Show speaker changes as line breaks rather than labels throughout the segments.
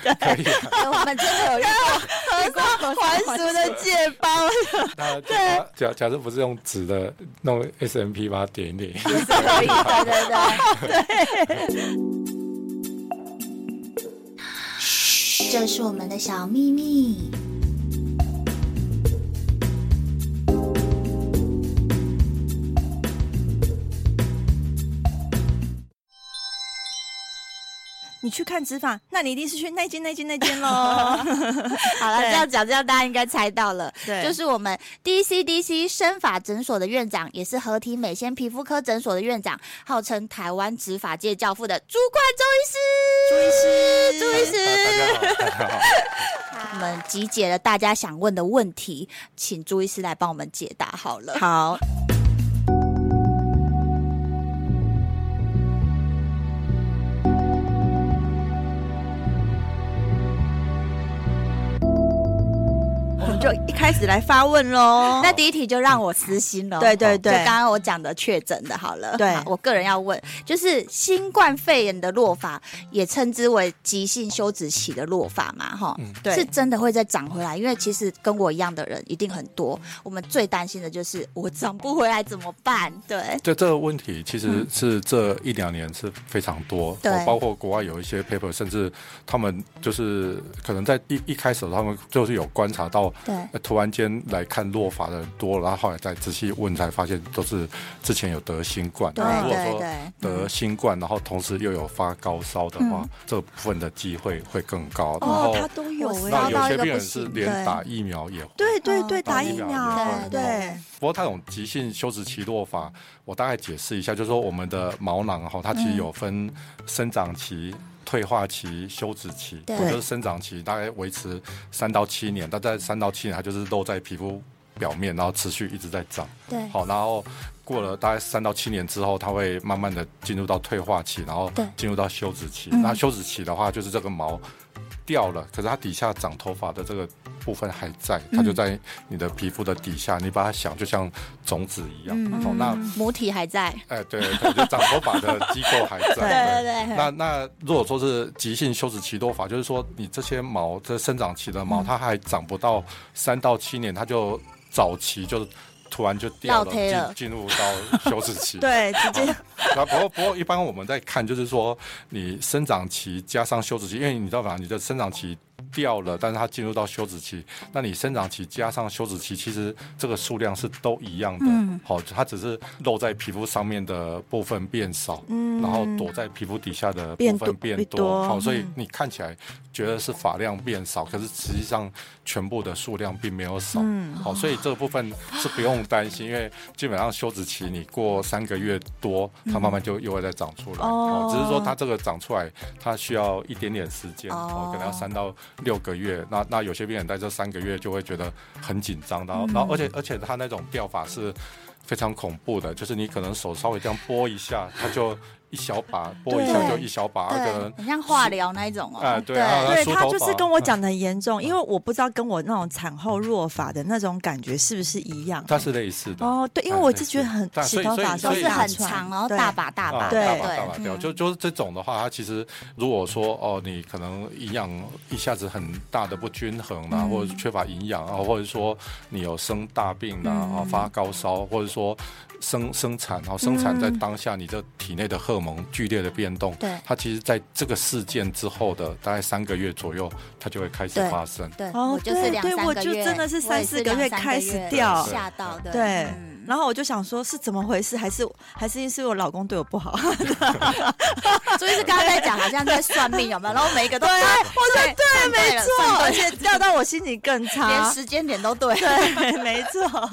可以啊。
对我们真的有遇过
还俗的借包，
那假假假设不是用纸的，弄 S M P 把它点一点。
也是可以，对对对。这是我们的小秘密。
你去看执法，那你一定是去那间、那间、那间 喽。
好了，
对
这样讲，这样大家应该猜到了。
对
就是我们 DCDC 生发诊所的院长，也是合体美仙皮肤科诊所的院长，号称台湾植发界教父的朱冠周医
朱医师，
师。朱医师
啊大家好，大家好。
我们集结了大家想问的问题，请朱医师来帮我们解答好了。
好，我们就一开始来发问喽。
那第一题就让我私心了，哦
对对对
就刚刚我讲的确诊的，好了，
对
好我个人要问，就是新冠肺炎的落发，也称之为急性休止期的落发嘛，哈、
嗯
对
是真的会再长回来，因为其实跟我一样的人一定很多，我们最担心的就是我长不回来怎么办？对，
就这个问题，其实是这一两年是非常多，
嗯对
哦包括国外有一些 paper，甚至他们就是可能在一一开始，他们就是有观察到，
对
呃突然间来看落发的人多了，然后后来再仔细问才发现都是之前有得新冠。
对
那如果
对
说
对
得新冠，然后同时又有发高烧的
嗯
话，这部分的机会会更高。然后，
哦都
有欸
哦那
烧
有
到一
些
个
病
不
人是
行
连
对
打疫苗也会。
对对对，
嗯
打
打
疫
疫苗
苗，
对
对
不过它这种急性休止期落发，我大概解释一下，就是说我们的毛囊哈，它其实有分生长期。退化期、休止期，
对
我就是生长期，大概维持三到七年，但在三到七年，它就是露在皮肤表面，然后持续一直在长。
对
好，然后过了大概三到七年之后，它会慢慢的进入到退化期，然后
对
进入到休止期。
嗯
那休止期的话，就是这个毛掉了，可是它底下长头发的这个部分还在，它
嗯
就在你的皮肤的底下，你把它想就像种子一样。
嗯
哦，那
母体还在，
哎，对，对就长头发的机构还在。
对对
那那如果说是急性休止期脱发，就是说你这些毛，这生长期的
嗯
毛，它还长不到三到七年，它就早期就突然就掉了，
落胎了
进进入到休止期。
对，直接
啊，不过不过，一般我们在看就是说，你生长期加上休止期，因为你知道吧，你的生长期掉了，但是它进入到休止期，那你生长期加上休止期，其实这个数量是都一样的，
嗯
好、它只是露在皮肤上面的部分变少，
嗯
然后躲在皮肤底下的部
变多
分变
变多
多，好、所以
嗯
你看起来觉得是发量变少，可是实际上全部的数量并没有少，
嗯
好、所以这个部分是不用担心，因为基本上休止期你过三个月多，它慢慢就又会再长出来。
哦
只是说它这个长出来，它需要一点点时间，
哦
哦，可能要三到六个月。那那有些病人在这三个月就会觉得很紧张，然后、
嗯
然后而且而且他那种掉法是非常恐怖的，就是你可能手稍微这样拨一下，它就一小把，拨一下
对
就一小把，啊可
对，
能
很像化疗那一种哦，
哎对
对
啊嗯
对
梳
他
头
就是
发
跟我讲的很 严重，因为我不知道跟我那种产后弱发的那种感觉是不是一样。
它是类似的。
哦，对，因为
哎
我
类
就觉得
似
很
但所
洗
以
头
所以
发
都
所以
是很
长
长，然后
对
大把大把，
啊，
对
大把大把
对嗯
掉，就就是这种的话，它其实如果说哦，你可能营养一下子很大的不均衡啦，
嗯
或者是缺乏营养啊，或者说你有生大病啦，
嗯
啊发高烧，或者说生生产，然后生产
嗯
在当下你的体内的荷尔蒙剧烈的变动，
对
它其实在这个事件之后的大概三个月左右，它就会开始
对
发生。
对，
哦
我就是
对
两
对
三
我
个
就
月
真的是
我
三
也
四
是
个
两
月
三
开
个
始
月
掉
吓到的，
对
嗯，
然后我就想说，是怎么回事？还是还是因为是我老公对我不好？
所以是刚刚在讲，好像在算命有没有？然后每一个都
对，啊我说
对
对，
算对
没
了
错，
算
而
对
且 掉到我心里更
连
差。
时间点都对，
啊对，没 错，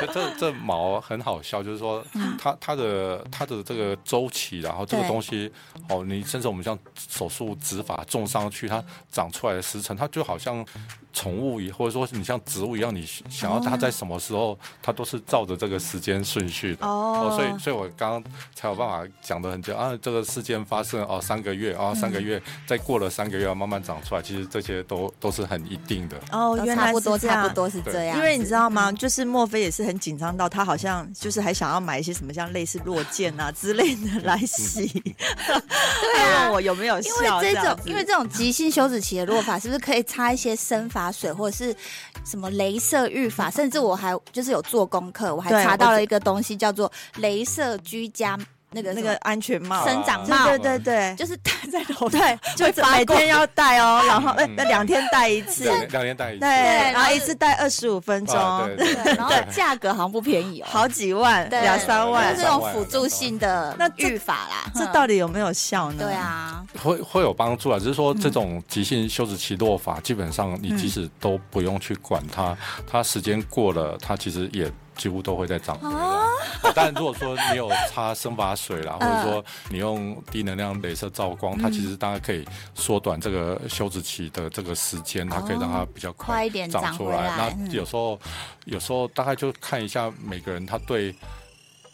这这这毛很好笑，就是说
嗯
它它的它的这个周期，然后这个
对
东西哦，你甚至我们像手术植发种上去，它长出来的时辰，它就好
哦
像宠物一，或者说你像植物一样，你想要它在什么时候，它都是照着这个时间顺序的。
哦
所以所以我刚刚才有办法讲的很久啊，这个事件发生哦三个月
嗯
啊、三个月，再过了三个月慢慢长出来，其实这些都都是很一定的。
哦，原来
差
是
不多，
这
差
样
不。多是
对
这样子。
因
嗯
为你知道吗？就是墨菲也是很紧张到他好像就是还想要买一些什么像类似落剑啊之类的来洗，
对
他
啊
问，我有没有
因
笑
为这
样
种
子
因为这种急性休止期的落法，是不是可以擦一些生发水或者是什么镭射浴法？甚至我还就是有做功课，我还
对
查
我
到
知
了一个东西叫做镭射居家那个
那
什么
个安全帽，啊
生长帽
对
啊
对对对，
就是戴在头上。
对，就是
发
每
光
天要戴哦，然后哎
嗯，
那两天戴一次，
两两年戴一次
对，
然
然
后
后一次戴二十五分钟，
啊对对对
然后价格好像不便宜哦，
好几万，
对
两三
就
万
是这，种辅助性的
那这嗯
浴法啦。
这
哼
到底有没有效呢？
对，啊，
会会有帮助啊，只是说这种急性休止期落法，基本上你即使都不用去管它，它时间过了，它其实也几乎都会再长回来。哦当然，如果说你有擦生发水啦，或
嗯
者说你用低能量镭射照光，它其实当然可以缩短这个休止期的这个时间，它可以让它比较
快
快
一点
长
长
出
回
来。
来嗯
那有时候有时候大概就看一下每个人他对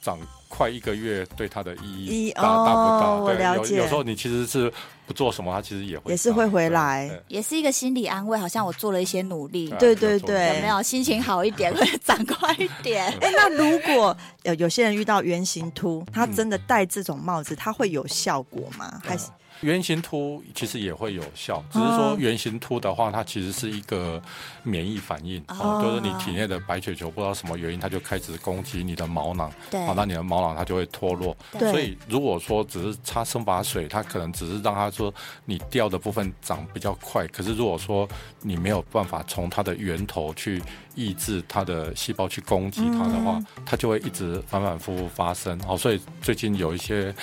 长。快一个月对它的意
一
义大大不大？
哦我
对
了
有
解
有时候你其实是不做什么，它其实也会
也是会回
上
来
对
也是一个心理安慰，好像我做了一些努力，
对
对啊对
对对
对，
有没有心情好一点，会长快一点？
哎，那如果呃有有些人遇到圆形秃，
嗯
他真的戴这种帽子，他会有效果吗？还是
嗯圆形秃其实也会有效，只是说圆形秃的话，它其实是一个免疫反应，
哦
哦，就是你体内的白血球不知道什么原因，它就开始攻击你的毛囊，哦
对
好，那你的毛囊它就会脱落。
对
所以如果说只是擦生发水，它可能只是让它说你掉的部分长比较快，可是如果说你没有办法从它的源头去抑制它的细胞去攻击它的话，
嗯
它就会一直反反复复发生。哦，所以最近有一些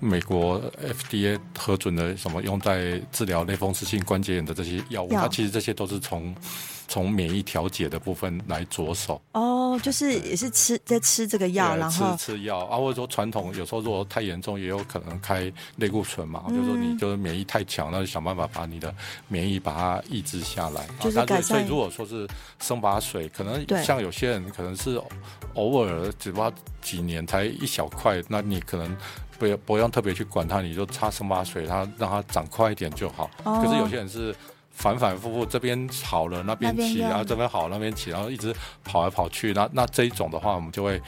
美国 FDA 核准的什么用在治疗类风湿性关节炎的这些药物，
药
它其实这些都是从从免疫调节的部分来着手。
哦，就是也是吃在吃这个药，
对
然后
吃吃药啊，或者说传统有时候如果太严重，也有可能开类固醇嘛，
嗯
就是说你就是免疫太强，那就想办法把你的免疫把它抑制下来。
就是
啊那
改善
所以如果说是生把水，可能
对
像有些人可能是偶尔只不过几年才一小块，那你可能。不要不用特别去管它，你就擦生把水，它让它长快一点就好。
哦
可是有些人是反反复复，这边好了，那边
那边
起，
又
然后这边好，那边起，然后一直跑来跑去。那那这一种的话，我们就会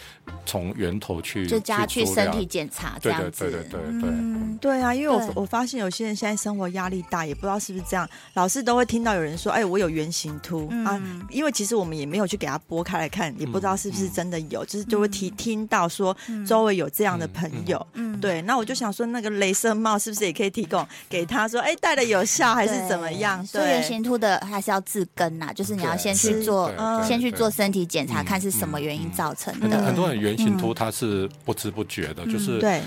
从源头去
就加去啊
去
身体检查这
对
样
对
子。
对对对对
嗯，
对啊，因为我
对
我发现有些人现在生活压力大，也不知道是不是这样，老是都会听到有人说：“哎，我有圆形秃、
嗯
啊。”因为其实我们也没有去给他剥开来看，也不
嗯
知道是不是真的有，就是就会提听到说周围有这样的朋友。
嗯，
对，那我就想说，那个镭射帽是不是也可以提供给他说，哎，戴了有效还
对，
是怎么样？
所以
对
圆，形秃的还是要治根呐，就是你要先去做，
嗯
先去做
很
身体检查，
嗯
看是什么原因造成
多
的。
很多人圆形
嗯
秃它是不知不觉的，就是
对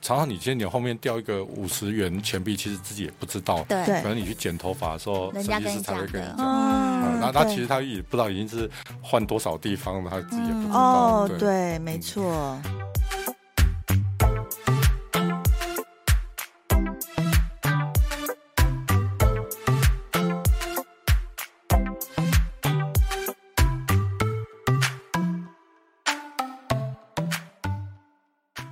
常常你今天你后面掉一个五十元钱币，其实自己也不知道。
对
对
可能你去剪头发的时候，
人
设
家
计
跟
师
你
才会
讲
跟你
的
讲。
嗯
嗯，那
对
他其实他也不知道已经是换多少地方了，他自己也不知道。
哦，
对，嗯
对，没错。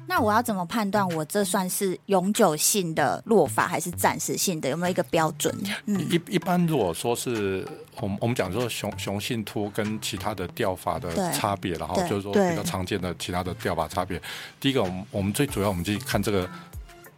那我要怎么判断我这算是永久性的落法还是暂时性的？有没有一个标准？嗯，
一一般如果说是我们我们讲说雄雄性秃跟其他的掉法的
对
差别，然后
对
就是说
对
比较常见的其他的掉法差别。第一个，我们我们最主要我们去看这个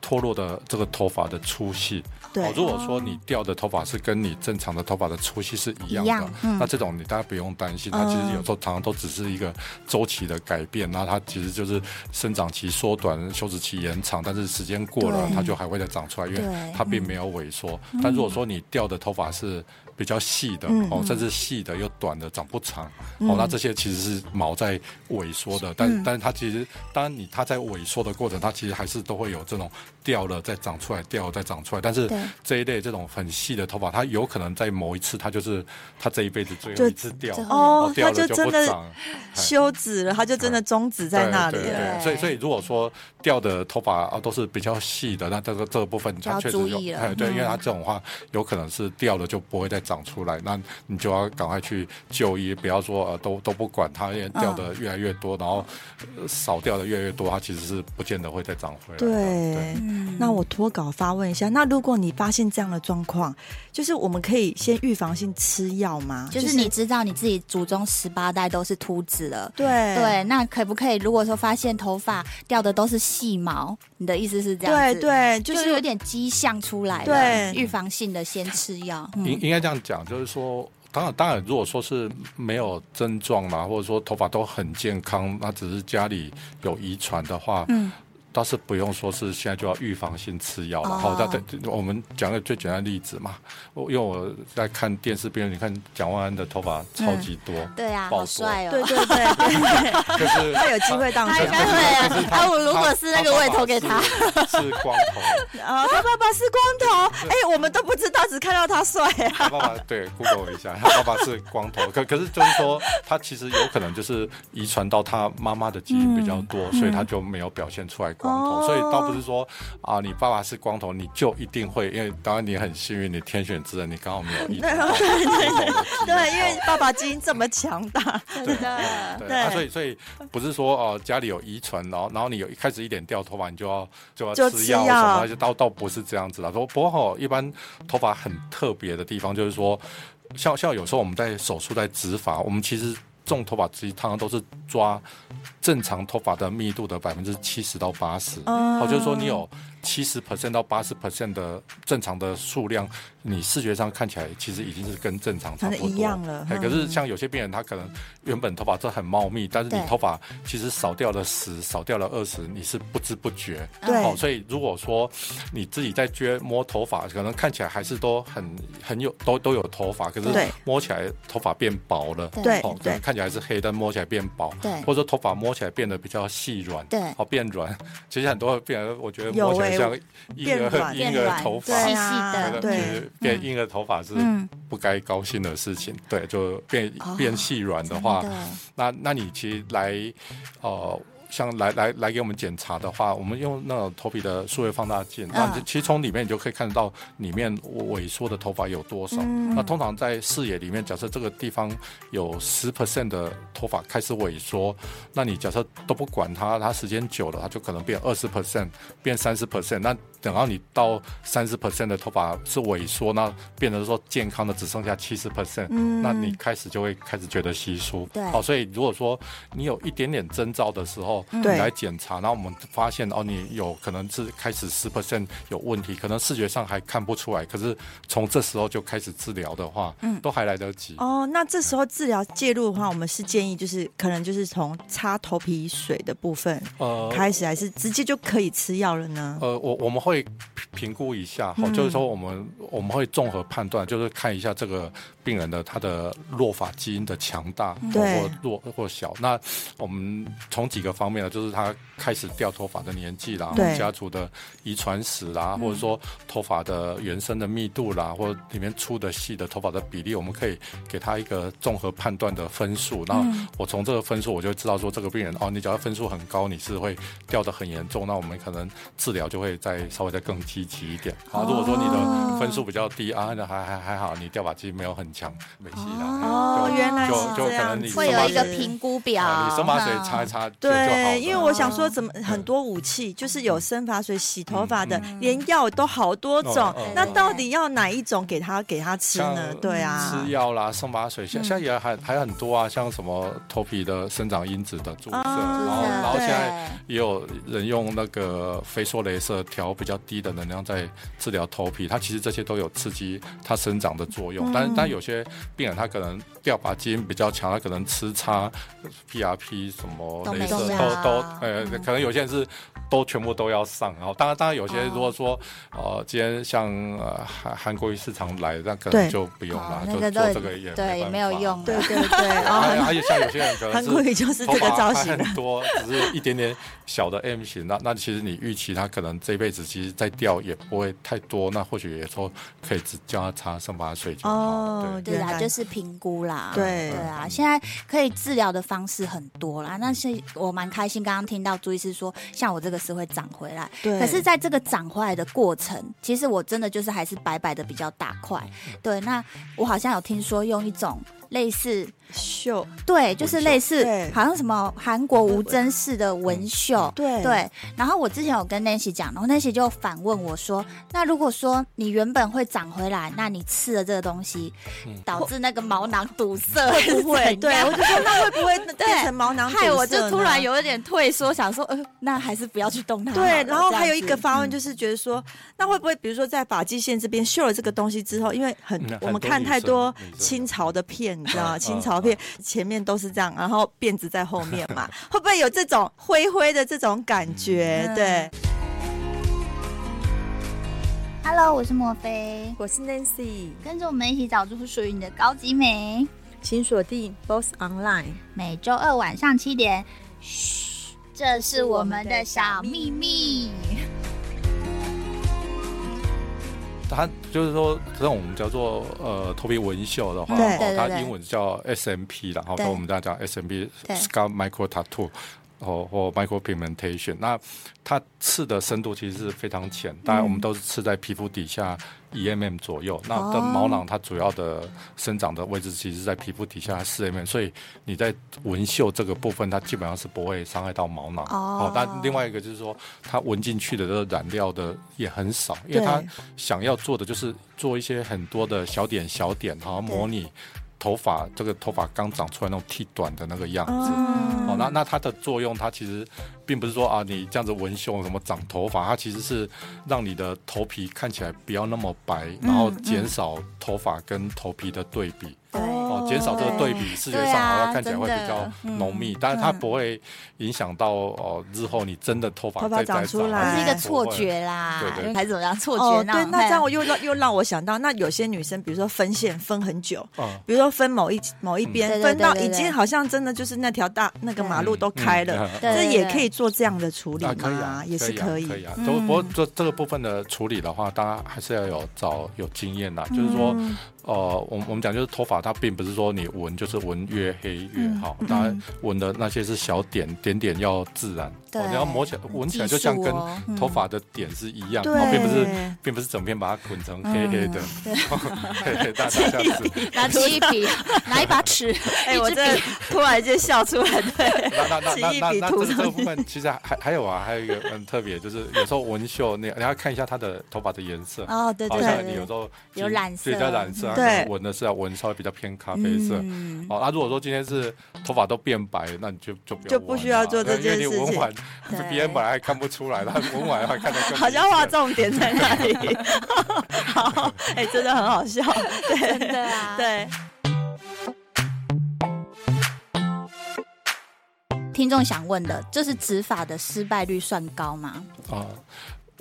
脱落的这个头发的粗细。
对
哦，如果说你掉的头发是跟你正常的头发的粗细是一样
一
的，
样嗯
那这种你大家不用担心，它
嗯
其实有时候常常都只是一个周期的改变，那它其实就是生长期缩短、休止期延长，但是时间过了
对，
它就还会再长出来，因为
对嗯
它并没有萎缩。但如果说你掉的头发是比较细的、
嗯
哦，甚至细的又短的长不长、
嗯
哦，那这些其实是毛在萎缩的，但、但是它其实当然你它在萎缩的过程，它其实还是都会有这种掉了再长出来，掉了再长出来。但是
对
这一类这种很细的头发，它有可能在某一次，它就是它这一辈子最后
就
一次掉，
最后
哦，
掉
它
了就
真
不
的
长了。哎
休止了，它就真的终止在那里
对对
了。
对
对
所以所以如果说掉的头发啊都是比较细的，那这个这个部分
就要
它确实
注
有
意了
哎对，因为它这种话有可能是掉了就不会再长出来，那你就要赶快去就医，不要说呃都都不管它，因为掉的越来越多，然后呃少掉的越来越多，它其实是不见得会再长回来的。
对，
嗯
嗯
那我脱稿发问一下，那如果你发现这样的状况，就是我们可以先预防性吃药吗？
就是你知道你自己祖宗十八代都是秃子了。
对
对，那可不可以？如果说发现头发掉的都是细毛，你的意思是这样
对
子？
对，
就
就是是
有点迹象出来了。
对
预防性的先吃 药。
应
嗯，
应该这样讲，就是说，当然，当然，如果说是没有症状啊啦，或者说头发都很健康，那只是家里有遗传的话，
嗯，
倒是不用说是现在就要预防性吃药了。
哦
好，那对，我们讲个最简单的例子嘛，我因为我在看电视边，你看蒋万安的头发超级多，
对啊，
爆
好帅
对
哦。
对对对，
就是
他有机会当
他应
选。
该会啊！啊，我如果是那个，我也投给他。
他是光头，
啊，他爸爸是光头，哎、我们都不知道，只看到他 帅、
他爸爸对 Google 一下，他爸爸是光头，可可是就是说，他其实有可能就是遗传到他妈妈的基因比较多，所以他就没有表现出来光头。
嗯哦
所以倒不是说啊，你爸爸是光头，你就一定会，因为当然你很幸运，你天选之人，你刚好没有遗传到 光头的基因。
对，因为爸爸基因这么强大，
对
的
对，
对
啊所以所以不是说哦、呃家里有遗传，然后然后你有一开始一点掉头发，你就要就要
就
吃
吃
药
药
什么，就倒倒不是这样子啦。不不过吼、一般头发很特别的地方就是说，像像有时候我们在手术在植发，我们其实种头发其实常常都是抓正常头发的密度的百分之七十到八十。
嗯
好，就是说你有七十 percent 到八十 percent 的正常的数量，你视觉上看起来其实已经是跟正常差不
可
多
能一样了
哎
嗯
可是像有些病人，他可能原本头发都很茂密，但是你
对
头发其实少掉了十，少掉了二十，你是不知不觉。
对
哦，所以如果说你自己在撅摸头发，可能看起来还是都很很有都都有头发，可是
对
摸起来头发变薄了。
对
哦，对，看起来是黑，但摸起来变薄，
对
或者说头发摸起来变得比较细软，
对
哦，变软。其实很多病人，我觉得
有
摸起来
欸
像婴
变
儿
软
婴
变
儿
软，
头发，
细
对
细
啊
的，
对，
对
其实变婴儿头发是
嗯
不该高兴的事情，对，就变
哦
变细软的话，那那你其实来，呃，像来来来给我们检查的话，我们用那种头皮的数位放大镜，那你其实从里面你就可以看得到里面萎缩的头发有多少。那通常在视野里面，假设这个地方有十 percent 的头发开始萎缩，那你假设都不管它，它时间久了，它就可能变二十 percent，变三十 percent。那等到你到三十 percent 的头发是萎缩，那变成说健康的只剩下七十 percent，那你开始就会开始觉得稀疏。
对
好、所以如果说你有一点点征兆的时候，你
对
来检查，然后我们发现哦，你有可能是开始十 percent 有问题，可能视觉上还看不出来，可是从这时候就开始治疗的话，嗯，都还来得及。
哦，那这时候治疗介入的话，我们是建议就是可能就是从擦头皮水的部分
呃
开始，还是直接就可以吃药了呢？
呃，我我们会评估一下，哈、就是
嗯
说我们我们会综合判断，就是看一下这个病人的他的落发基因的强大，
嗯对
或弱或小。那我们从几个方面呢，啊就是他开始掉头发的年纪啦，
对嗯
家族的遗传史啦，或者说头发的原生的密度啦，或者里面粗的细的头发的比例，我们可以给他一个综合判断的分数。那
嗯
我从这个分数，我就知道说这个病人哦，你只要分数很高，你是会掉的很严重，那我们可能治疗就会再稍微再更积极一点。
哦
啊，如果说你的分数比较低啊，那还还还好，你掉发基因没有很强，没戏啦。
哦，
就
原来是
就就可
这
能
样
你
子，
会有一个
手把水
评估表
啊，你，生发水擦一擦就就好了嗯
对，因为我想
哦
说，怎么很多武器，就是有生发水、洗头发的，
嗯
连药都好多种
嗯嗯嗯，
那到底要哪一种给他给他吃呢？
像
对啊
吃，药啦、生发水，
嗯
现现在也还还很多啊，像什么头皮的生长因子的注射，
嗯
啊
然后然后
对
现在也有人用那个飞梭镭射调比较低的能量在治疗头皮，它其实这些都有刺激它生长的作
嗯
用。但是，但有些病人他可能掉发基因比较强，他可能吃叉、PRP 什么
都没
镭射
用
都
啊
都呃，可能有些人是都全部都要上。然后，当然，当然有些
哦
如果说呃，今天像呃韩韩国瑜市场来，那可能
对
就不用了
哦，
就
那个
做
都
这个也
对也没
办
有
法
用。
对对 对，
还
哦，
还有像有些人可能
韩
是
国语就是这
头
个
发
造
还
型啊
很多，只是一点点小的 M 型，那那其实你预期他可能这辈子其其实在掉也不会太多，那或许也说可以只叫他擦生发水就好。
哦
对
对
原
啦，
来
就是评估啦。
对
对啊，现在可以治疗的方式很多啦。那是我蛮开心，刚刚听到朱医师说，像我这个是会长回来。
对
可是在这个长回来的过程，其实我真的就是还是白白的比较大块。
嗯
对，那我好像有听说用一种类似，
秀，
对，就是类似
对
好像什么韩国无针式的纹
嗯
绣。
对
对，然后我之前有跟 Nancy 讲，然后 Nancy 就反问我说：“那如果说你原本会长回来，那你吃了这个东西，导致那个毛囊堵塞，
嗯会 不会？对，
对，
我就说那会不会变成毛囊？
害我就突然。有一点退缩，想说，呃，那还是不要去动它好了。
对，然后还有一个发
嗯
问
就
就是觉得说，那会不会比如说在发际线这边绣了这个东西之后，因为很
嗯
我们
很多
看
女
太
生
多
女生
清朝的片，你知道吗？
嗯
清朝片前面都是这样，然后辫子在后面嘛， 会不会有这种灰灰的这种感觉
嗯？
对，
，Hello，我是莫菲，
我是 Nancy，
跟着我们一起找出属于你的高级美。
请锁定 Boss Online。
每周二晚上七点，嘘，这是我们的小秘密。
它就是说，这种我们叫做呃头皮纹绣的话，
对
哦
对对
它
对
英文叫 SMP 啦，然哦
对
后我们大家讲 SMP
对
scar micro tattoo。或或 micro pigmentation，那它刺的深度其实是非常浅，
嗯
当然我们都是刺在皮肤底下一 mm 左右。那
哦
的毛囊它主要的生长的位置其实是在皮肤底下四 mm，所以你在纹绣这个部分，它基本上是不会伤害到毛囊。
哦
那另外一个就是说，它纹进去的这个染料的也很少，因为
对
它想要做的就是做一些很多的小点小点，然后模拟头发这个头发刚长出来那种剃短的那个样子。
嗯
哦，那那它的作用，它其实并不是说啊，你这样子纹绣什么长头发，它其实是让你的头皮看起来不要那么白，然后减少头发跟头皮的对比，
嗯对
嗯
哦，减少这个对比，视觉上好像看起来会比较浓密，但是它不会影响到哦日后你真的头发
头发
再再
长出来
它
它
是一个错
不会
觉啦
哎对，对
还是怎么样？错
哦
觉，哎
对，那这样我
嘿
又让又让我想到，那有些女生，比如说分线分很久，
嗯
比如说分某一某一边，
对对对
分到
对
已
对
经好像真的就是那条大那个马路都开了，
嗯嗯嗯
对
这
对
也
对
可以做这样的处理
啊，可以
吗
啊？，
也是
可
以嗯
啊，。可以啊。都、不过这这个部分的处理的话，大家还是要有找有经验
嗯
啦。就是说，呃，我们我们讲就是头发，它并不是说你纹就是纹越黑越
嗯
好，当然纹的那些是小点点点要自然，
对
哦你要摸起来纹起来就像
技术
跟
哦嗯
头发的点是一样，
对嗯
然后并不是并不是整片把它滚成黑黑的， 黑黑大大 这样子。
拿起一笔，拿一把尺，
哎、
一
我
支
真
笔
的突然间笑出来， 对，
那那那那
奇异
那
笔
那
涂
这
上
这部分其实还还还有啊，还有一个很特别，就是有时候纹绣，你你要看一下它的头发的颜色。
哦，对
好
对
像你
对
有
对
时，候
有染色嗯
对，叫染色，它啊可
对
能纹的是要纹稍微比较偏咖啡色。哦，那如果说今天是头发都变白，那你就就不要
就不
纹
需要
了
做这
因为
件
你
事
纹
情
完
对，
别人本来还看不出来，他纹完还看 得更
好像
明
划
显
重点在那 里。好，哎、真的很好笑，对
真的 啊，
对，
听众想问的就是植发的失败率算高吗？
啊。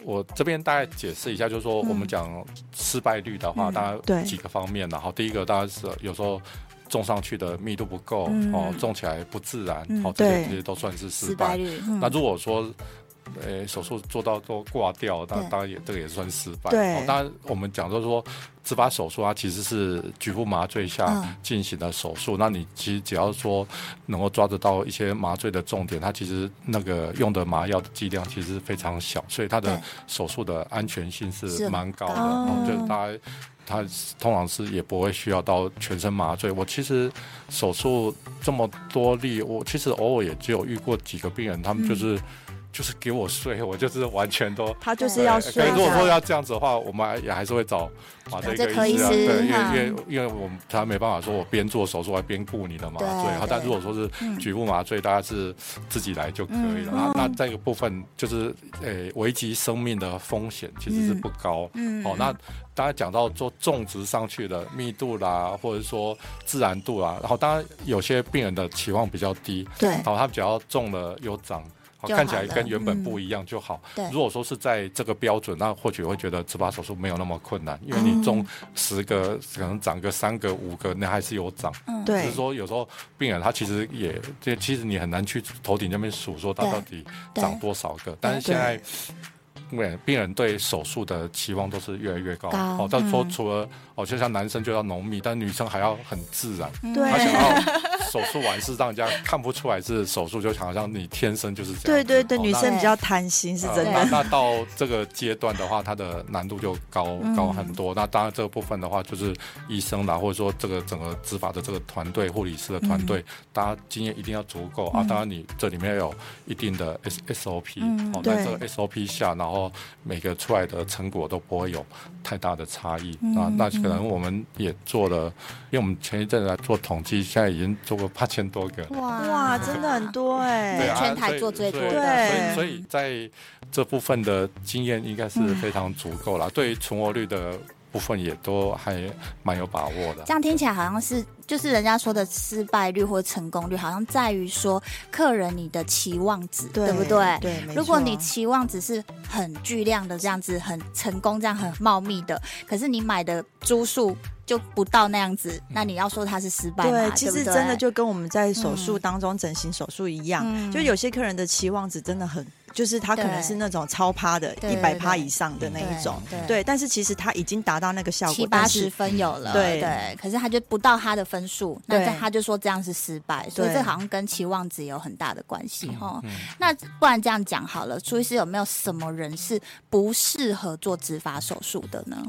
我这边大概解释一下，就是说我们讲失败率的话，
嗯
大
对
概几个方面，然后第一个当然是有时候种上去的密度不够
嗯，
哦，种起来不自然，
嗯
哦，这
对
些这些都算是失
失
败
败。率，嗯
那如果说，呃，手术做到都挂掉，那
对
当然也这个也算失败。
对
哦当然我们讲到说，植发手术它其实是局部麻醉下
嗯
进行的手术，那你其实只要说能够抓得到一些麻醉的重点，它其实那个用的麻药的剂量其实非常小，所以它
对
的手术的安全性
是
是
很
蛮高的，
高的
哦就
哦
大概。它通常是也不会需要到全身麻醉。我其实手术这么多例，我其实偶尔也只有遇过几个病人，他们
嗯
就是、就是给我睡， 我就是完全都。
他就是要
对
睡
可是如果
觉
说要这样子的话，我们还也还是会找麻醉
找这科
科医师啊，
医师
对，因为
哈
因为因为我们他没办法说我边做手术还边顾你的麻醉，
对
然后但
对
如果说是
嗯
局部麻醉，大家是自己来就可以了。那那这个部分就是呃危及生命的风险其实是不高，
嗯
哦，那大家讲到做种植上去的密度啦，或者说自然度啦，然后当然有些病人的期望比较低，
对嗯
好，他们只要种了有长。好
就
看起来
好了嗯
跟原本不一样就好。
对
如果说是在这个标准，那或许会觉得植发手术没有那么困难，因为你种
嗯
十个，可能长个三个、五个，那还是有长。
嗯
只
对
是说有时候病人他其实也，这其实你很难去头顶那边数说他
对
到底
对
长多少个，但是现在。病人病人对手术的期望都是越来越高。
高
哦，但是说
嗯
除了哦，就像男生就要浓密，但女生还要很自然。
嗯
对
她想要手术完是让人家看不出来是手术，就好像你天生就是这
对
样子。
对对，
哦
女
那
生比较贪心是真
对
呃
的。
那那到这个阶段的话，它的难度就高
嗯
高很多。那当然这个部分的话，就是医生啦，或者说这个整个执法的这个团队、护理师的团队，大家经验一定要足够啊
嗯。
当然你这里面要有一定的 S S O P，
嗯
哦，
对
在这个 S O P 下，然后每个出来的成果都不会有太大的差异
嗯
啊。那
嗯
可能我们也做了，因为我们前一阵子来做统计，现在已经做过八千多个了。
哇
哇，真的很多
嗯
哎、
对
这
啊
全台
所以
做最多
所以
的
所以所以在这部分的经验应该是
嗯
非常足够啦，对于存活率的部分也都还蛮有把握的
这。样听起来好像是，就是人家说的失败率或成功率，好像在于说客人你的期望值，对不对？
对，没
如果
错啊
你期望只是很巨量的这样子，很成功，这样很茂密的，可是你买的株数就不到那样子，那你要说它是失败嘛？
对
对，，
其实真的，就跟我们在手术当中整形手术一样，
嗯
就有些客人的期望值真的很，就是他可能是那种超趴的，
对
一
对
百
对
趴以上的那一种，
对对
对。但是其实他已经达到那个效果，
七八
但
十
是
分有了，
对
可是他就不到他的分数，那
对
这他就说这样是失败，所以
对
这好像跟期望值有很大的关系哦。
嗯
那不然这样讲好了，朱医师有没有什么人是不适合做植发手术的呢？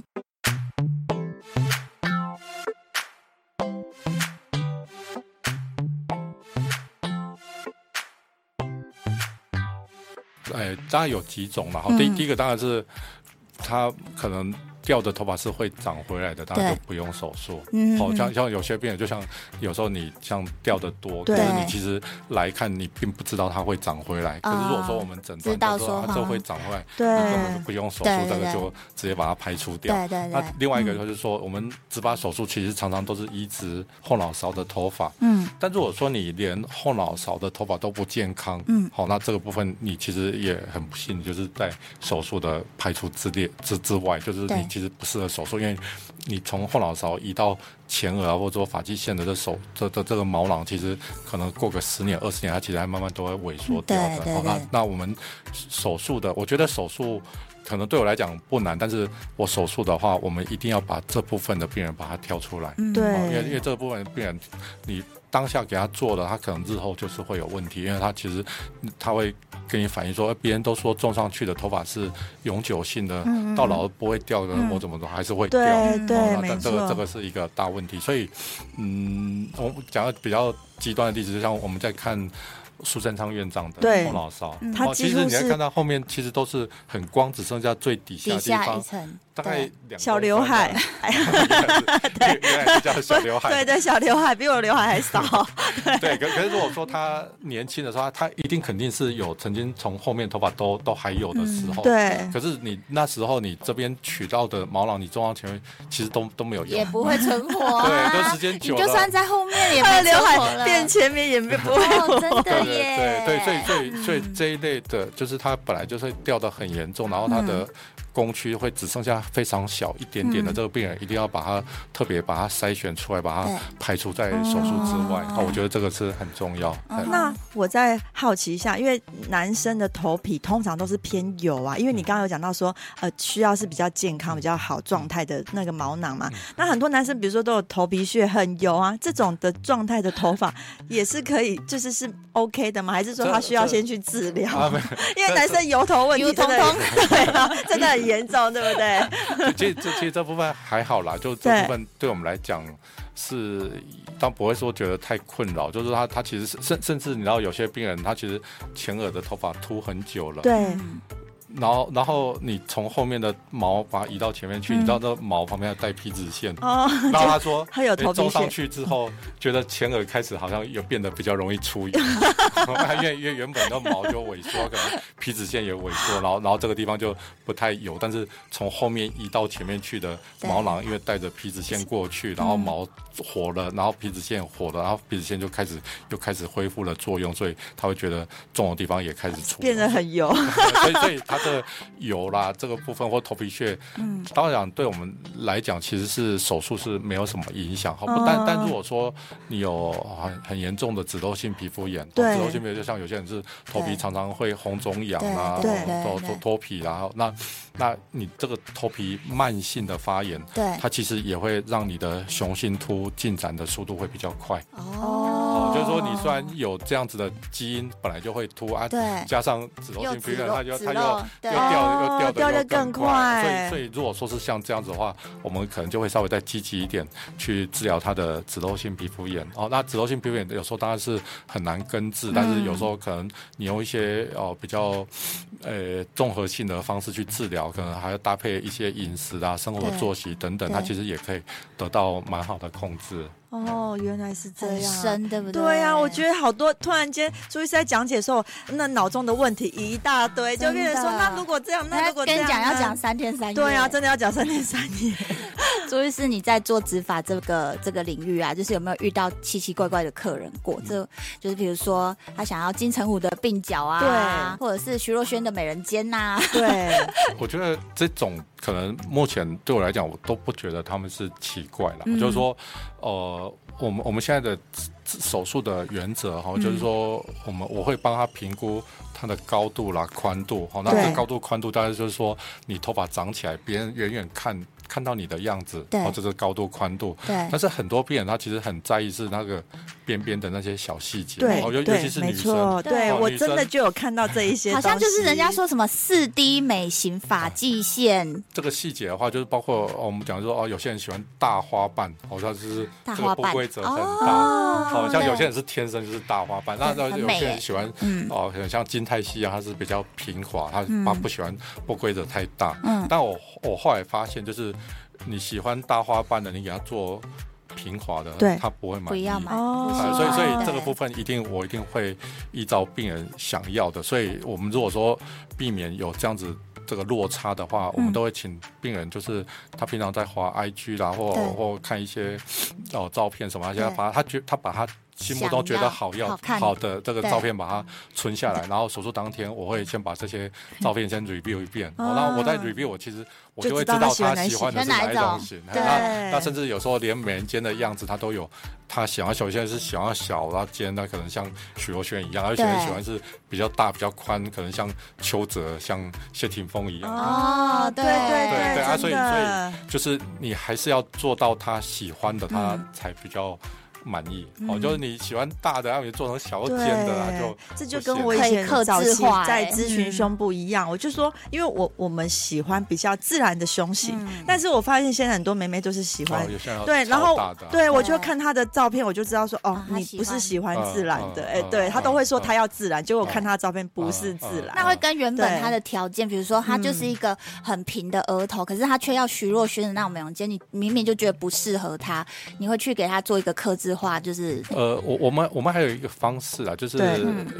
哎，当然有几种啦。好，
嗯
第第一个当然是他可能掉的头发是会长回来的，当然
对
就不用手术。
嗯
哦，像像有些病人，就像有时候你像掉的多，可
对
是你其实来看你并不知道它会长回来。可是如果说我们诊
哦知
断
道
到说
说
它这
哈
会长回来，
对
你根本就不用手术，
对对
这个
对
就直接把它排除掉。
对对嗯
那
对，
另外一个就是说，我们植发手术其实常常都是移植后脑勺的头发，
嗯
但如果说你连后脑勺的头发都不健康，
嗯
好，那这个部分你其实也很不幸，就是在手术的排除之列之之外，就是
对
你其实不适合手术，因为你从后脑勺移到前额啊，或者说发际线的这手这这这个毛囊，其实可能过个十年二十年，它其实还慢慢都会萎缩掉的。
对对
好
对
那那我们手术的，我觉得手术。可能对我来讲不难，但是我手术的话，我们一定要把这部分的病人把它挑出来。
嗯，
对
哦，因为因为这个部分病人，你当下给他做了，他可能日后就是会有问题，因为他其实他会跟你反映说，呃别人都说种上去的头发是永久性的，
嗯嗯
到老不会掉的，
嗯
我怎么都还是会掉。哦
对
嗯
对，
那
没
这这个这
错
个，是一个大问题，所以，嗯，我讲个比较极端的例子，就像我们在看苏贞昌院长的
对
后脑勺，
嗯
他
哦，其
几
实
乎
你会
是
看到后面其实都是很光，只剩下最底下
底
的地
下一
方，
层，
大概
对
两
小
公分
刘海
吧， 对，原来就叫小刘海，哦
对对，小刘海比我刘海还 少，
对，可可是如果说他年轻的时候，他他一定肯定是有曾经从后面头发都都还有的时候。。
对
可是你那时候你这边取到的毛囊，你种到前面其实都都没有用
也。不会存活、啊，
对都时 间久了
你就算在后面也不
他
会
的刘
存活
海
了。
变前面也没不会。
哦，真
对
的耶，
对对对，所以所以所以这一类的，就是它本来就是掉的很严重，然后它的工区会只剩下非常小一点点的
嗯
这个病人，一定要把它特别把它筛选出来，把
对
它排除在手术之外。
哦嗯
啊，我觉得这个是很重要。哎
那我再好奇一下，因为男生的头皮通常都是偏油啊，因为你刚刚有讲到说，呃，需要是比较健康、比较好状态的那个毛囊
嗯
嘛。那很多男生，比如说都有头皮屑很油啊，这种的状态的头发也是可以，就是是 OK 的吗？还是说
这
他需要
这
先去治疗？
啊，没
因为男生油头问
油
题
头
真的
痛
对啊，真的很严重，对不对？
这这其实这部分还好啦，就这
对
部分对我们来讲是，倒不会说觉得太困扰，就是他他其实是甚甚至你知道有些病人他其实前额的头发秃很久了，
对
嗯
然后然后你从后面的毛把它移到前面去，你
嗯
知道那毛旁边要带皮脂 腺，
哦，
然后他说。
他有
诶
头皮
种上
屑，
去之后，觉得前额开始好像有变得比较容易出油， 因为因为原本的毛就萎缩，可能皮脂腺也萎缩，然后然后这个地方就不太油，但是从后面移到前面去的
对
毛囊，因为带着皮脂腺过
嗯
去，然后毛活了，然后皮脂腺活了，然后皮脂腺就开始又开始恢复了作用，所以他会觉得重的地方也开始出油，
变得很油。
所以所以他它这个油啦这个部分或头皮屑，
嗯
当然对我们来讲其实是手术是没有什么影响。好，
哦
不但但如果说你有很很严重的脂漏性皮肤炎，哦
对
脂漏性皮肤就像有些人是头皮
对
常常会红肿痒啊，
对
哦
对
脱
对
脱脱皮啦，然后那那你这个头皮慢性的发炎，
对，
它其实也会让你的雄性秃进展的速度会比较快。
哦
就是说，你虽然有这样子的基因，本来就会秃啊，
对
加上脂漏
又
性皮
脂
肤炎，
漏
它就
脂
它就
漏
又
对
掉
哦
又
掉
掉得
得更
更
快
所以所以如果说是像这样子的话，我们可能就会稍微再积极一点去治疗它的脂漏性皮肤炎。哦，那脂漏性皮肤炎有时候当然是很难根治，但是有时候可能你用一些哦比较呃综合性的方式去治疗，可能还要搭配一些饮食啊、生活
对
作息等等，
对
它其实也可以得到蛮好的控制。
哦，原来是这
很
样。
深，对不对？
对啊，我觉得好多突然间，朱医师在讲解的时候，那脑中的问题一大堆，就
真的
变成说，那如果这样，那
那
如果这
跟
样
你
呢，
讲要讲三天三夜，
对啊，真的要讲三天三夜。
朱医师，你在做植发这个这个领域啊，就是有没有遇到奇奇怪怪的客人
嗯
过？这就是比如说他想要金城武的鬓角啊，或者是徐若瑄的美人尖呐、
对，
我觉得这种可能目前对我来讲，我都不觉得他们是奇怪了。
嗯
就是说，呃，我们我们现在的手术的原则哈，
嗯
就是说，我们我会帮他评估它的高度啦、宽度哈。那
对
这高度、宽度大概就是说，你头发长起来，别人远远看看到你的样子，
对
哦，这是高度、宽度。
对
但是很多病人他其实很在意是那个边边的那些小细节，
对
哦，尤尤
对
其是
没
女生，
错，对
哦
我
女
真的
生
就有看到这一些，
好像就是人家，说什么四 D 美型发际线，
这个细节的话，就是包括、哦我们讲说哦，有些人喜欢大花瓣，好像是
大
这
花
个不
瓣
规则很大。
哦，
好、像有些人是天生就是大花瓣，那
对
那
很
有
美
些
耶
人喜欢
嗯
哦，很像金泰熙啊，他是比较平滑，他
嗯
他不喜欢不规则太大。
嗯
但我我后来发现，就是你喜欢大花瓣的，你给他做平滑的，
对
他不会满
不
意。
要买，
啊，
哦
不
所以
喜欢
所
对
以这个部分一定我一定会依照病人想要的，所以我们如果说避免有这样子。这个落差的话，我们都会请病人，就是他平常在滑 IG 啦，或
对
或看一些哦照片什么，
对
他把他觉他把他心目中觉
想要
得好要
好看
好的这个
对
照片把它存下来，然后手术当天我会先把这些照片先 review 一遍，
啊
哦然后我再 review，我其实我
就
就会
知
知
道他
道
喜欢
他
哪一
喜欢的是
型
哪一种
选
型，
哪一种对
那那甚至有时候连美人尖的样子他都有他想要小，现在是想要小然后尖，那可能像许若瑄一样；，而且
对
喜欢是比较大、比较宽，可能像邱泽、像谢霆锋一样。
哦
对
对
对
对啊所以
真的
就是你还是要做到他喜欢的，他
嗯
才比较满意。
嗯
哦，就是你喜欢大的，让你做成小
对，
尖的啊，就
这就
不
跟
行
我以
可以
前
克
早
制
期
化
在
欸
咨询
嗯
胸部一样，我就说，因为我我们喜欢比较自然的胸型，
嗯
但是我发现现在很多妹妹都是喜欢
哦，有些人要
对，然
超
后
大的啊
对我
对
就看她的照片，我就知道说，哦
啊，她
你
喜
不是
欢
喜欢自然的，
嗯
哎，
嗯
对
嗯
她都会说她要自然，结果
嗯
看她的照片不是
嗯
自
嗯
那
然，
会跟原本
对
他的条件，比如说他就是一个很平的额头，可是他却要徐若瑄的那种美容尖，你明明就觉得不适合他，你会去给他做一个克制化，就是
呃，我我们我们还有一个方式啊，就是
对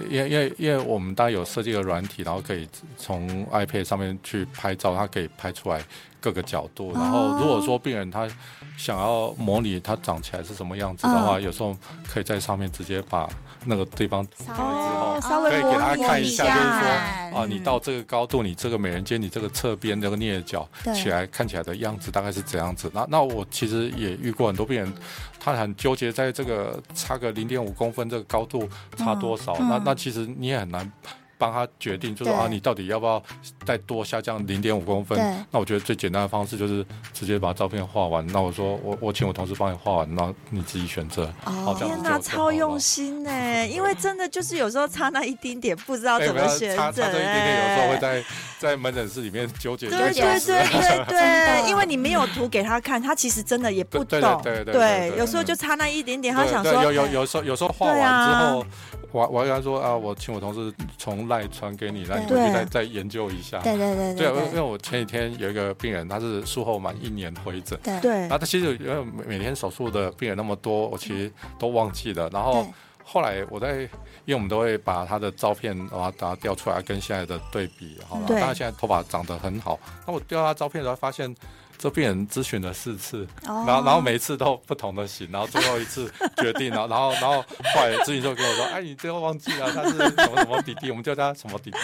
因为因为因为我们当然有设计一个软体，然后可以从 iPad 上面去拍照，它可以拍出来各个角度。然后如果说病人他想要模拟他长起来是什么样子的话，有时候可以在上面直接把那个地方
稍
微
哦
哦
稍
可
微
以给
模
大家
拟
看一
一
下，
下
就是说啊，
嗯
你到这个高度，你这个美人尖，你这个侧边这个颞角
对
起来看起来的样子大概是怎样子？那那我其实也遇过很多病人，他很纠结在这个差个零点五公分这个高度差多少，
嗯
那
嗯
那其实你也很难。帮他决定，就是
对
啊，你到底要不要再多下降零点五公分
对？
那我觉得最简单的方式就是直接把照片画完。那我说我我请我同事帮你画完，那你自己选择。
哦
这样
天
子
哪，
就就好
超
了
用 心呢，因为真的就是有时候差那一丁点，不知道
哎
怎
不
么
要
选
差
择，
差这一点点，有时候
哎
会在在门诊室里面纠结。
对啊对
纠结
对
是
对
真
对，
的
因为你没有图给他看，他其实真的也不
对对
懂。
对对对对对
有时候就差那一点点，他想
对对有
说，哎
有有时候有时候画完
对啊
之后，我我还跟他说啊，我请我同事从赖传给你，让你回
对
去再再研究一下。
对对对
对，因啊为因为
对
我前几天有一个病人，他是术后满一年回诊，
对
对
然后他其实因为每每天手术的病人那么多，我其实都忘记了，然后
对。
后来我在，因为我们都会把他的照片，把它调出来跟现在的对比，好了。
对
当然现在头发长得很好，那我调他照片的时候发现，这病人咨询了四次，
哦
然后然后每一次都不同的型，然后最后一次决定，然后然后然后后来咨询就跟我说，哎，你最后忘记了他是什么什么弟弟，我们叫他什么弟弟，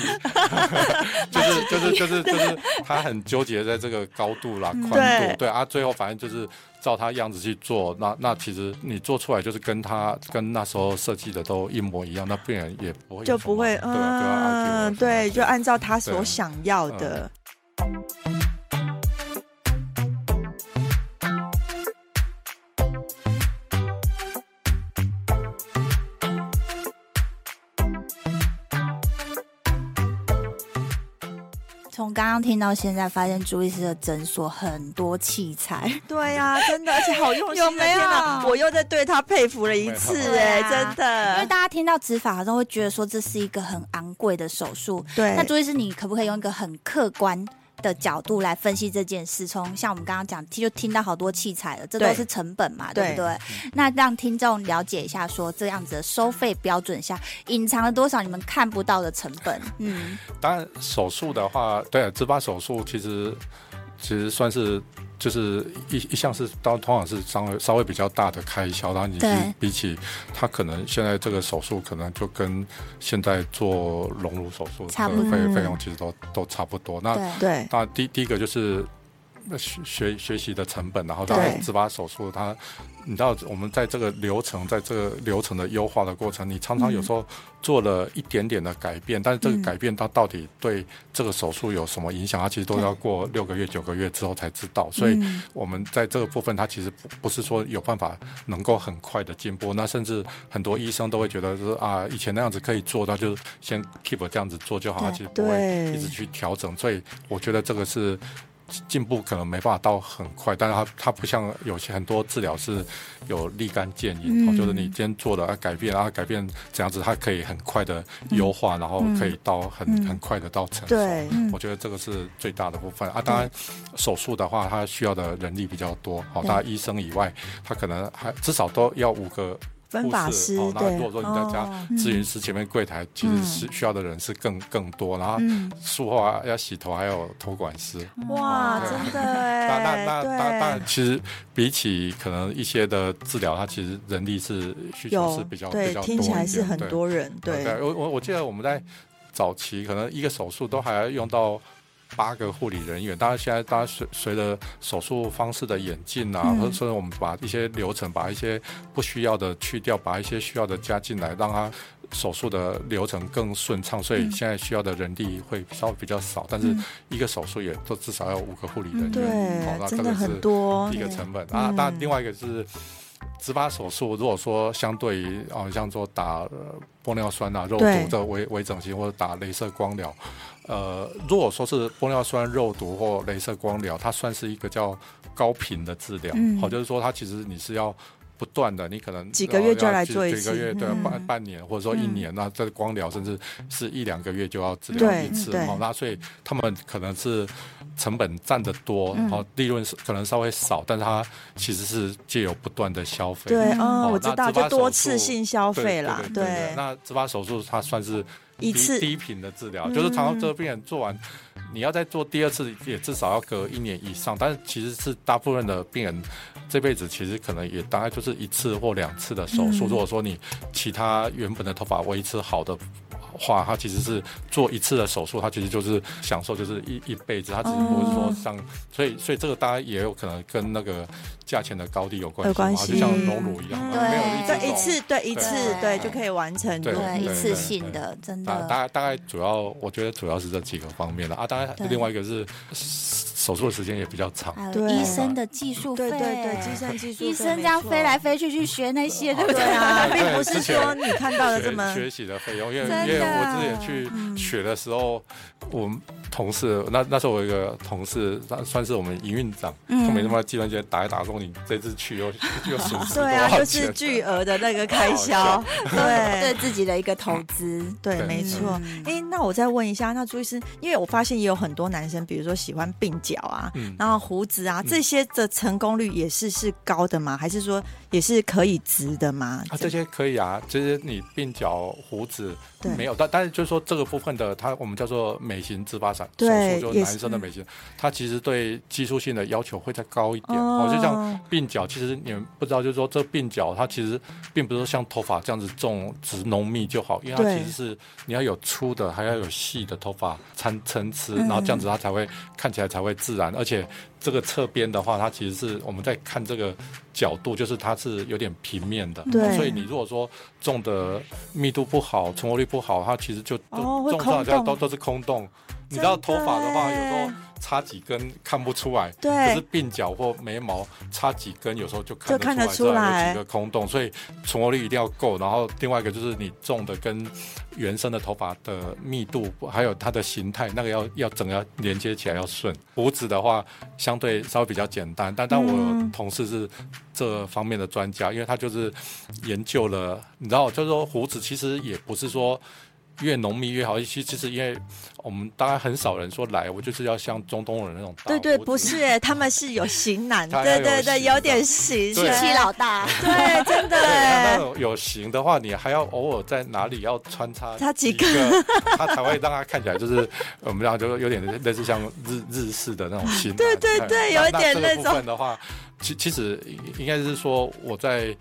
就是就是就是就是他很纠结在这个高度啦、宽
对
度，对啊，最后反正就是。照他样子去做，那那其实你做出来就是跟他跟那时候设计的都一模一样，那病人也不会有
就
什
不
么
会，
对啊对啊，
嗯，对，就按照他所
对
想要的。
从刚刚听到现在，发现朱医师的诊所很多器材，
对呀、真的，而且好用心啊，
有没
天
有
哪我又在对他佩服了一次、
没
有
哎、
对啊
真
因为
的。
大家听到植发好像会觉得说这是一个很昂贵的手术。
对
那朱医师，你可不可以用一个很客观的角度来分析这件事？从像我们刚刚讲，就听到好多器材了，这都
对
是成本嘛，对
对
不对？
嗯
那让听众了解一下说这样子的收费标准下，隐藏了多少你们看不到的成本？嗯，
当然，手术的话，对，植发手术其实其实算是就是一一项是当通常是稍微稍微比较大的开销，然后你
对
比起他可能现在这个手术可能就跟现在做隆乳手术
差
的
不多
费费用其实都都差不多。那
对。
对
那第第一个就是那学学学习的成本，然后
对
当然自拔手术它。你知道，我们在这个流程，在这个流程的优化的过程，你常常有时候做了一点点的改变，但是这个
嗯
改变它到底对这个手术有什么影响，它其实都
对
要过六个月、九个月之后才知道。所以
嗯
我们在这个部分，它其实不不是说有办法能够很快的进步。那甚至很多医生都会觉得说啊，以前那样子可以做，那就先 keep 这样子做就好，
啊对
它其实不会
对
一直去调整。所以我觉得这个是进步可能没办法到很快，但是它它不像有些很多治疗是有立竿见影，
嗯
哦就是你今天做了啊改变啊改变这样子，它可以很快的优化，然后可以到很、
嗯
很快的到成熟。
对
嗯
我觉得这个是最大的部分啊。当然，手术的话，它需要的人力比较多。哦，
对
当然医生以外，他可能还至少都要五个
分
护
法
士。
师
哦，那
对
如果说你在家
嗯
哦
咨询师前面柜
嗯
台，其实是需要的人是更更多。然后术后啊要洗头，还有托管师。
嗯
哇，
对
真的
那那
哎、
那
对，
那那，其实比起可能一些的治疗，它其实人力是需求是
有
比较比
对
较，多一点。
听起来是很
对
多人对
我我我记得我们在早期可能一个手术都还要用到。八个护理人员，当然现在大家随随着手术方式的演进啊，
嗯
或者说我们把一些流程、把一些不需要的去掉，把一些需要的加进来，让它手术的流程更顺畅，所以
嗯
现在需要的人力会稍微比较少，但是
嗯
一个手术也都至少要五个护理人员，
嗯
对
哦，那这
真
个
的
是
很多
第一个成本啊，
嗯
当然另外一个是植发手术，如果说相对于啊、像说打呃玻尿酸啊、肉
对
毒的微微整形或者打镭射光疗，呃，如果说是玻尿酸、肉毒或镭射光疗，它算是一个叫高频的治疗，好、
嗯
就是说它其实你是要。不断的，你可能
几个月就要来
几
做一
几个
次
月对啊
嗯
半半年或者说一
嗯
年，那这光疗甚至是一两个月就要治疗
对
一次，
对
好，那所以他们可能是成本占得多，
嗯
然后利润是可能稍微少，但是它其实是借由不断的消费。
对，
哦
嗯，
那
我知道，
自发
就多
手
次
术
性消
对
费啦
对，对对
对，
那植发手术它算是
一
低
次嗯
低频的治疗，就是常常这个病人做完，你要再做第二次，也至少要隔一年以上。但是其实是大部分的病人这辈子其实可能也大概就是一次或两次的手术。
嗯
如果说你其他原本的头发维持好的。话，它其实是做一次的手术，它其实就是享受，就是一一辈子，它只不过是说
哦
像，所以所以这个当然也有可能跟那个价钱的高低有关系嘛，
有关系
就像隆乳一样，
嗯
没有一
对
对，一
种
次对一
对
次对
对
就可以完成，嗯
对
对，一
对
次
对
性的，真
大
的，
大概大概主要，我觉得主要是这几个方面了啊。当然
对，啊
另外一个是手术的时间也比较长。
还有
对
医生的技术费，
对对对，计算技 术
医生
没
这样
错
飞来飞去去学那些，对不
对
对？
啊，
对
并不
之
是
前
说你看到的这么
学学习的费用，因为
真
因
的
为我之前去学的时候，我们同事那那时候我有一个同事，他算是我们营运长，
嗯
他每天把计算机打一打说你这次去又又损失多
对啊，
少
就是
钱？
巨额的那 个开销
好，
对
对
自己的一个投资，
对，嗯
对
没错。哎，那我再问一下，那朱医师，因为我发现也有很多男生，比如说喜欢鬓角角啊，
嗯
然后胡子啊这些的成功率也是是高的吗？还是说也是可以植的吗？
啊，这些可以啊，这些你鬓角、胡子
对
没有，但但是就是说这个部分的，它我们叫做美型自发展手
对
术，就
也
是男生的美型，它其实对技术性的要求会再高一点。哦，就像
哦
鬓角，其实你们不知道，就是说这鬓角它其实并不是像头发这样子重直浓密就好，因为它
对
其实是你要有粗的，还要有细的头发参参差，
嗯
然后这样子它才会看起来才会自然，而且。这个侧边的话，它其实是我们在看这个角度，就是它是有点平面的，
对
所以你如果说种的密度不好，存活率不好，它其实就
哦
种
会
种出来
空洞
都都是空洞。你
真
知道
的
头发的话，有
耶
时候插几根看不出来，可
对
是鬓角或眉毛插几根，有时候就看
就看得
出来
出来
这有几个空洞，所以存活率一定要够。然后另外一个就是你种的跟原生的头发的密度，还有它的形态，那个要要整个要连接起来要顺。胡子的话，相对稍微比较简单，但但我
嗯
有同事是这方面的专家，因为他就是研究了，你知道，就是说胡子其实也不是说。越浓密越好，其实其实因为我们大概很少人说来，我就是要像中东人那种大
对对，
胡子
不是、欸，他们是有 型男，
他
对
要有
对对，
型的
有点型，
对
七老大，
对，真的、
对，那
欸
那，种有型的话，你还要偶尔在哪里要穿插
插几
个， 它才会让它看起来就是呃我们讲就是有点类似像日日式的那种型啊。
对对
哎
对
那
有点
那
那
这个部
种
分的话，其其实应该是说我在。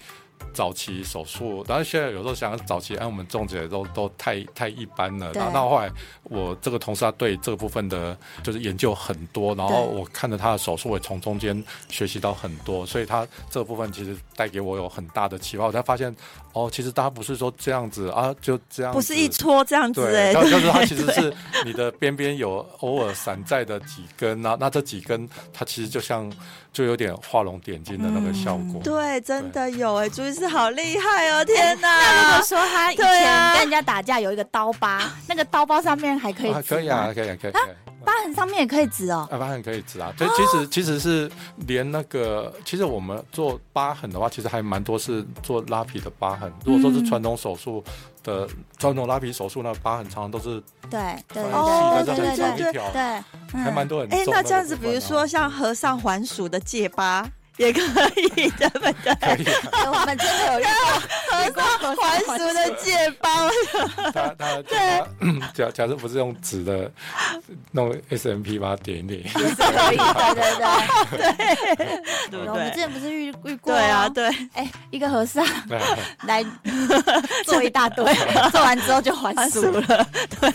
早期手术，然后现在有时候想早期，哎，我们仲姐都都太太一般了。
对
然后那后来我这个同事他对这个部分的，就是研究很多，然后
对
我看着他的手术，我也从中间学习到很多，所以他这部分其实带给我有很大的启发。我才发现，哦，其实大家不是说这样子啊，就这样子，
不是一撮这样子哎、
对，
欸，
它就是它其实是你的边边有偶尔散在的几根啊，那这几根它其实就像就有点画龙点睛的那个效果。
对，真的有哎、欸，朱医师好厉害哦！
哎
天
那如
哪
果，说他以
对啊
前跟人家打架有一个刀疤，那个刀疤上面还可以
啊，
指
可以
吗
啊，，可以啊，可以啊。可以啊
疤痕上面也可以指哦。
啊，疤痕可以治啊，对，其实其实是连那个，其实我们做疤痕的话，其实还蛮多是做拉皮的疤痕。如果说
嗯
是传统手术的传统拉皮手术，那疤痕常常都是
对对
穿
哦
一条
对
这样子
对对
长
对
一条，
对，
还
嗯
蛮多人
哎、
中
那
个
这样子，
部
比
分啊
如说像和尚还俗的戒疤也可以， 对不对？
可以啊，
对我们真的有遇过遇过和
还俗的戒疤，
他他他 假假设不是用纸的弄 S M P 把它点一点，
对对
对
对对，
不
我们之
对？
前不是遇遇过
对啊，，对，
哎，一个和尚
对
来做一大堆，做完之后就还
还俗
俗
了
了。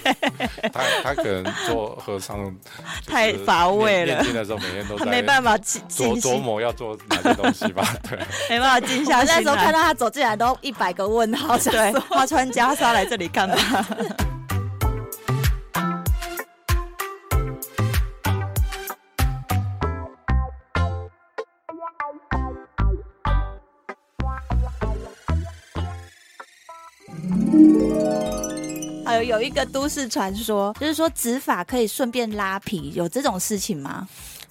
他他可能做和尚就是
太乏味了
念念经的时候每天都在
没办法静
琢
静
琢
心，
磨要做哪些东西吧，对。
没办法静
我
下
那
心
时候看
来。
到他走进来都一百个问号，想
对
说，
他穿袈裟来这里干嘛？
还呃有有一个都市传说，就是说指法可以顺便拉皮，有这种事情吗？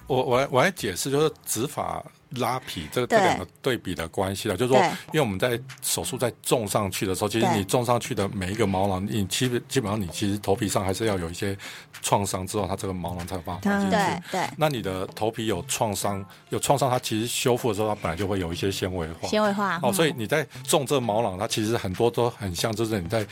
我我来我来解释，就是指法拉皮这这
对
两个对比的关系了，就是说
对，
因为我们在手术在种上去的时候，其实
对
你种上去的每一个毛囊，你基本基本上你其实头皮上还是要有一些创伤之后，它这个毛囊才有办法还进去。
嗯对对，
那你的头皮有创伤，有创伤，它其实修复的时候，它本来就会有一些纤维化。
纤维化嗯
哦，所以你在种这毛囊，它其实很多都很像，就是你在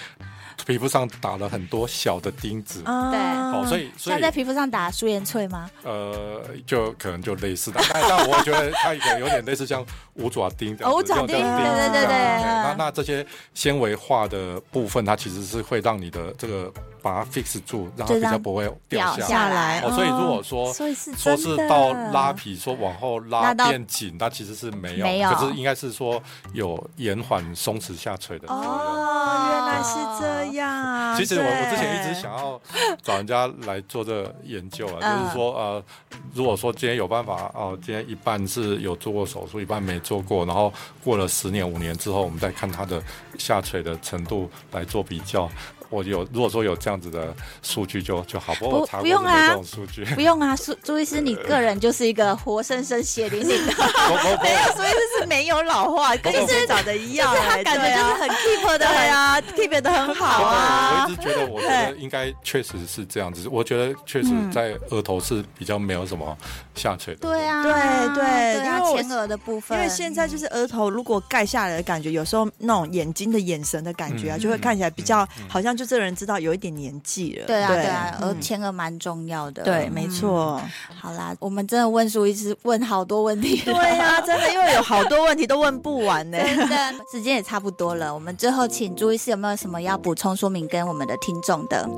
皮肤上打了很多小的钉子。
啊
哦，所以所以
嗯像在皮肤上打舒颜萃吗？
呃，就可能就类似的，但但我觉得它可能有点类似像五爪钉这样子，
哦五爪钉
这样钉子
对对对对
这样子
嗯
那那这些纤维化的部分，它其实是会让你的这个把它 fix 住，让它
就
比
让
较不会掉
掉
下
下
来。
来
哦，所以如果说
所以是
说
真的
是到拉皮，说往后
拉
拉
到
变紧，那其实是没有，
没有
可是应该是说有延缓松弛下垂的作用。
哦，原来是这样。
啊
其实我
对
我之前一直想要找人家来做这个研究
嗯
啊，就是说呃，如果说今天有办法哦、今天一半是有做过手术，一半没做过，然后过了十年五年之后，我们再看它的下垂的程度来做比较。我有如果说有这样子的数据就就好，不
不
过我查
不
过
用
是没
啦
这种数据。
不用啊，苏朱医师，你个人就是一个活生生血淋淋的，
我我
没 有，所以这是没有老化，跟以前长得一样、
他
哎
感觉
对
就是
啊
很 keep 的
对
很
啊，keep 的很好啊
我。一直觉得，我觉得应该确实是这样子。我觉得确实在额头是比较没有什么下垂的。
嗯对啊，
对对
对
因为
啊，
我
前额的部
因
分，
为现在就是额头如果盖下来的感觉，有时候那种眼睛的眼神的感觉啊，
嗯
就会看起来比较
嗯嗯
好像就这个人知道有一点年纪了。
对啊对啊，
嗯
而前额蛮重要的，
对，没错。
嗯。好啦，我们真的问苏医师问好多问题，
对呀、真的，因为有好多问题都问不完呢、
真的，时间也差不多了，我们最后请朱医师有没有什么要补充说明跟我们的听众 的？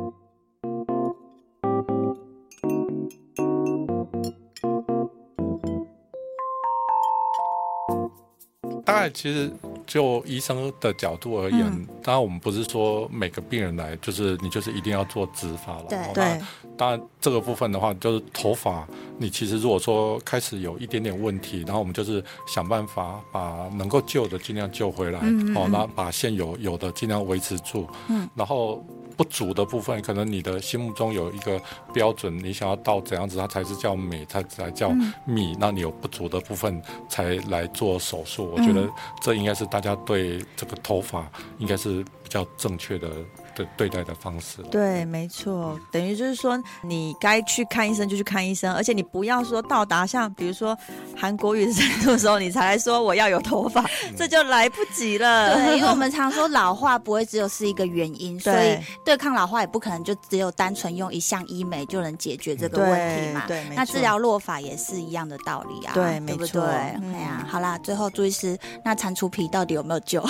大概其实就医生的角度而言，
嗯
当然我们不是说每个病人来就是你就是一定要做植发了。
对
哦
对，
当然，这个部分的话，就是头发，你其实如果说开始有一点点问题，然后我们就是想办法把能够救的尽量救回来，
嗯嗯
哦
嗯，
然后把现有有的尽量维持住，
嗯，
然后不足的部分，可能你的心目中有一个标准，你想要到怎样子，它才是叫美，它才叫
嗯
密，那你有不足的部分才来做手术，
嗯
我觉得这应该是大家对这个头发应该是比较正确的对对待的方式了。
对，没错，等于就是说，你该去看医生就去看医生，而且你不要说到达像比如说韩国语的程度的时候，你才来说我要有头发，
嗯
这就来不及了。
对， 因为我们常说老化不会只有是一个原因，所以
对
对抗老化也不可能就只有单纯用一项医美就能解决这个问题嘛。
对对没
那
错
治疗落法也是一样的道理啊，
对
对不
没
对？
错嗯
哎呀，好啦，最后朱医师，那蟾蜍皮到底有没有救？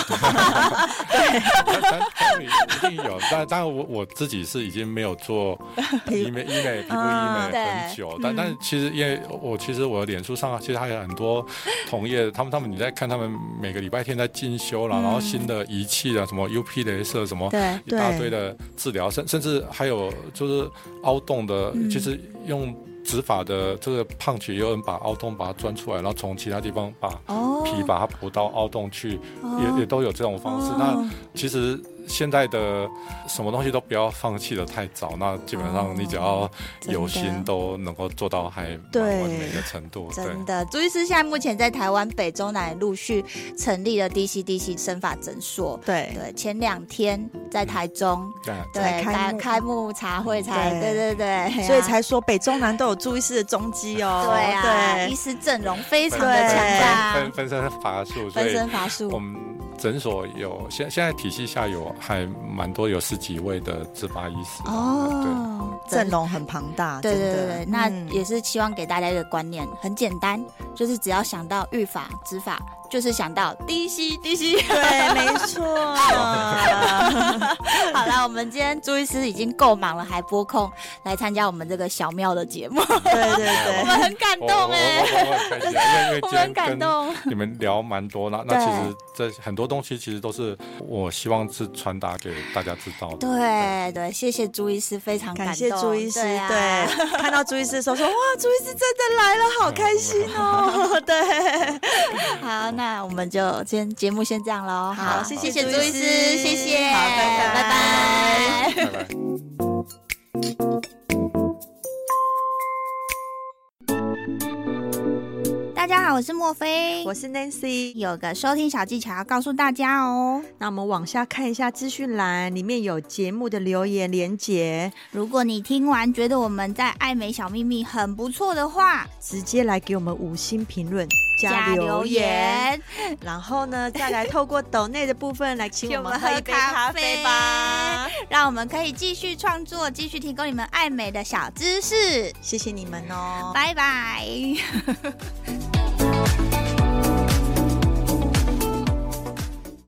但但一定有，但但我我自己是已经没有做医美医美皮肤
啊
医美很久，但但其实因为我其实我脸书上其实还有很多同业，他们他们你在看他们每个礼拜天在进修啦，然后新的仪器啊，什么 UP 镭射什么。
对
一大堆的治疗，甚甚至还有就是凹洞的，
嗯
其实用指法的这个胖曲，也有人把凹洞把它钻出来，然后从其他地方把
哦
皮把它补到凹洞去，
哦
也也都有这种方式。那
哦
其实现在的什么东西都不要放弃的太早，那基本上你只要有
真的
心都能够做到还蛮
对
完美的程度。对，
真的，朱医师现在目前在台湾北中南陆续成立了 DCDC 生发诊所。
对
对，啊前两天在台中，
对啊
对
才，开
大
幕
开幕茶会才，对
对
对对，
所以
哎呀
才说北中南都有注意式的踪迹哦。
对啊，医
对
师阵容非常的
对
强
分
大，
分身乏术，所以
分身乏
我
术。
们诊所有现现在体系下有还蛮多有十几位的植发医师啊。对。
哦，
阵。容很庞大。
对对
真
对
的
对，那
嗯
也是希望给大家一个观念，很简单，就是只要想到育法、执法，就是想到低吸、低吸。
对，没 错。
好啦，我们今天朱医师已经够忙了，还拨空来参加我们这个小妙的节目，我
对对对。
们很感
我
动哎、
我我我很开心啊，因为因为今
我们很
天
感
跟
动。
你们聊蛮多，那那其实这很多东西其实都是我希望是传达给大家知道的。
对对，谢谢朱医师，非常
感
动。
谢朱医师，
对啊、
看到朱医师的时候 说哇，朱医师真的来了，好开心
嗯
哦，对。
好，那我们就今天节目先这样喽。
好谢
谢
谢
谢
朱
朱
医
医师，
师
谢谢，
好拜拜
拜拜
拜拜。
大家好，我是莫菲，
我是 Nancy。
有个收听小技巧要告诉大家哦。
那我们往下看一下资讯栏，里面有节目的留言连结，
如果你听完觉得我们在爱美小秘密很不错的话，
直接来给我们五星评论加留言，。然后呢，再来透过抖内的部分来请我们喝一杯咖啡吧。
让我们可以继续创作，继续提供你们爱美的小知识。
谢谢你们哦。
拜拜。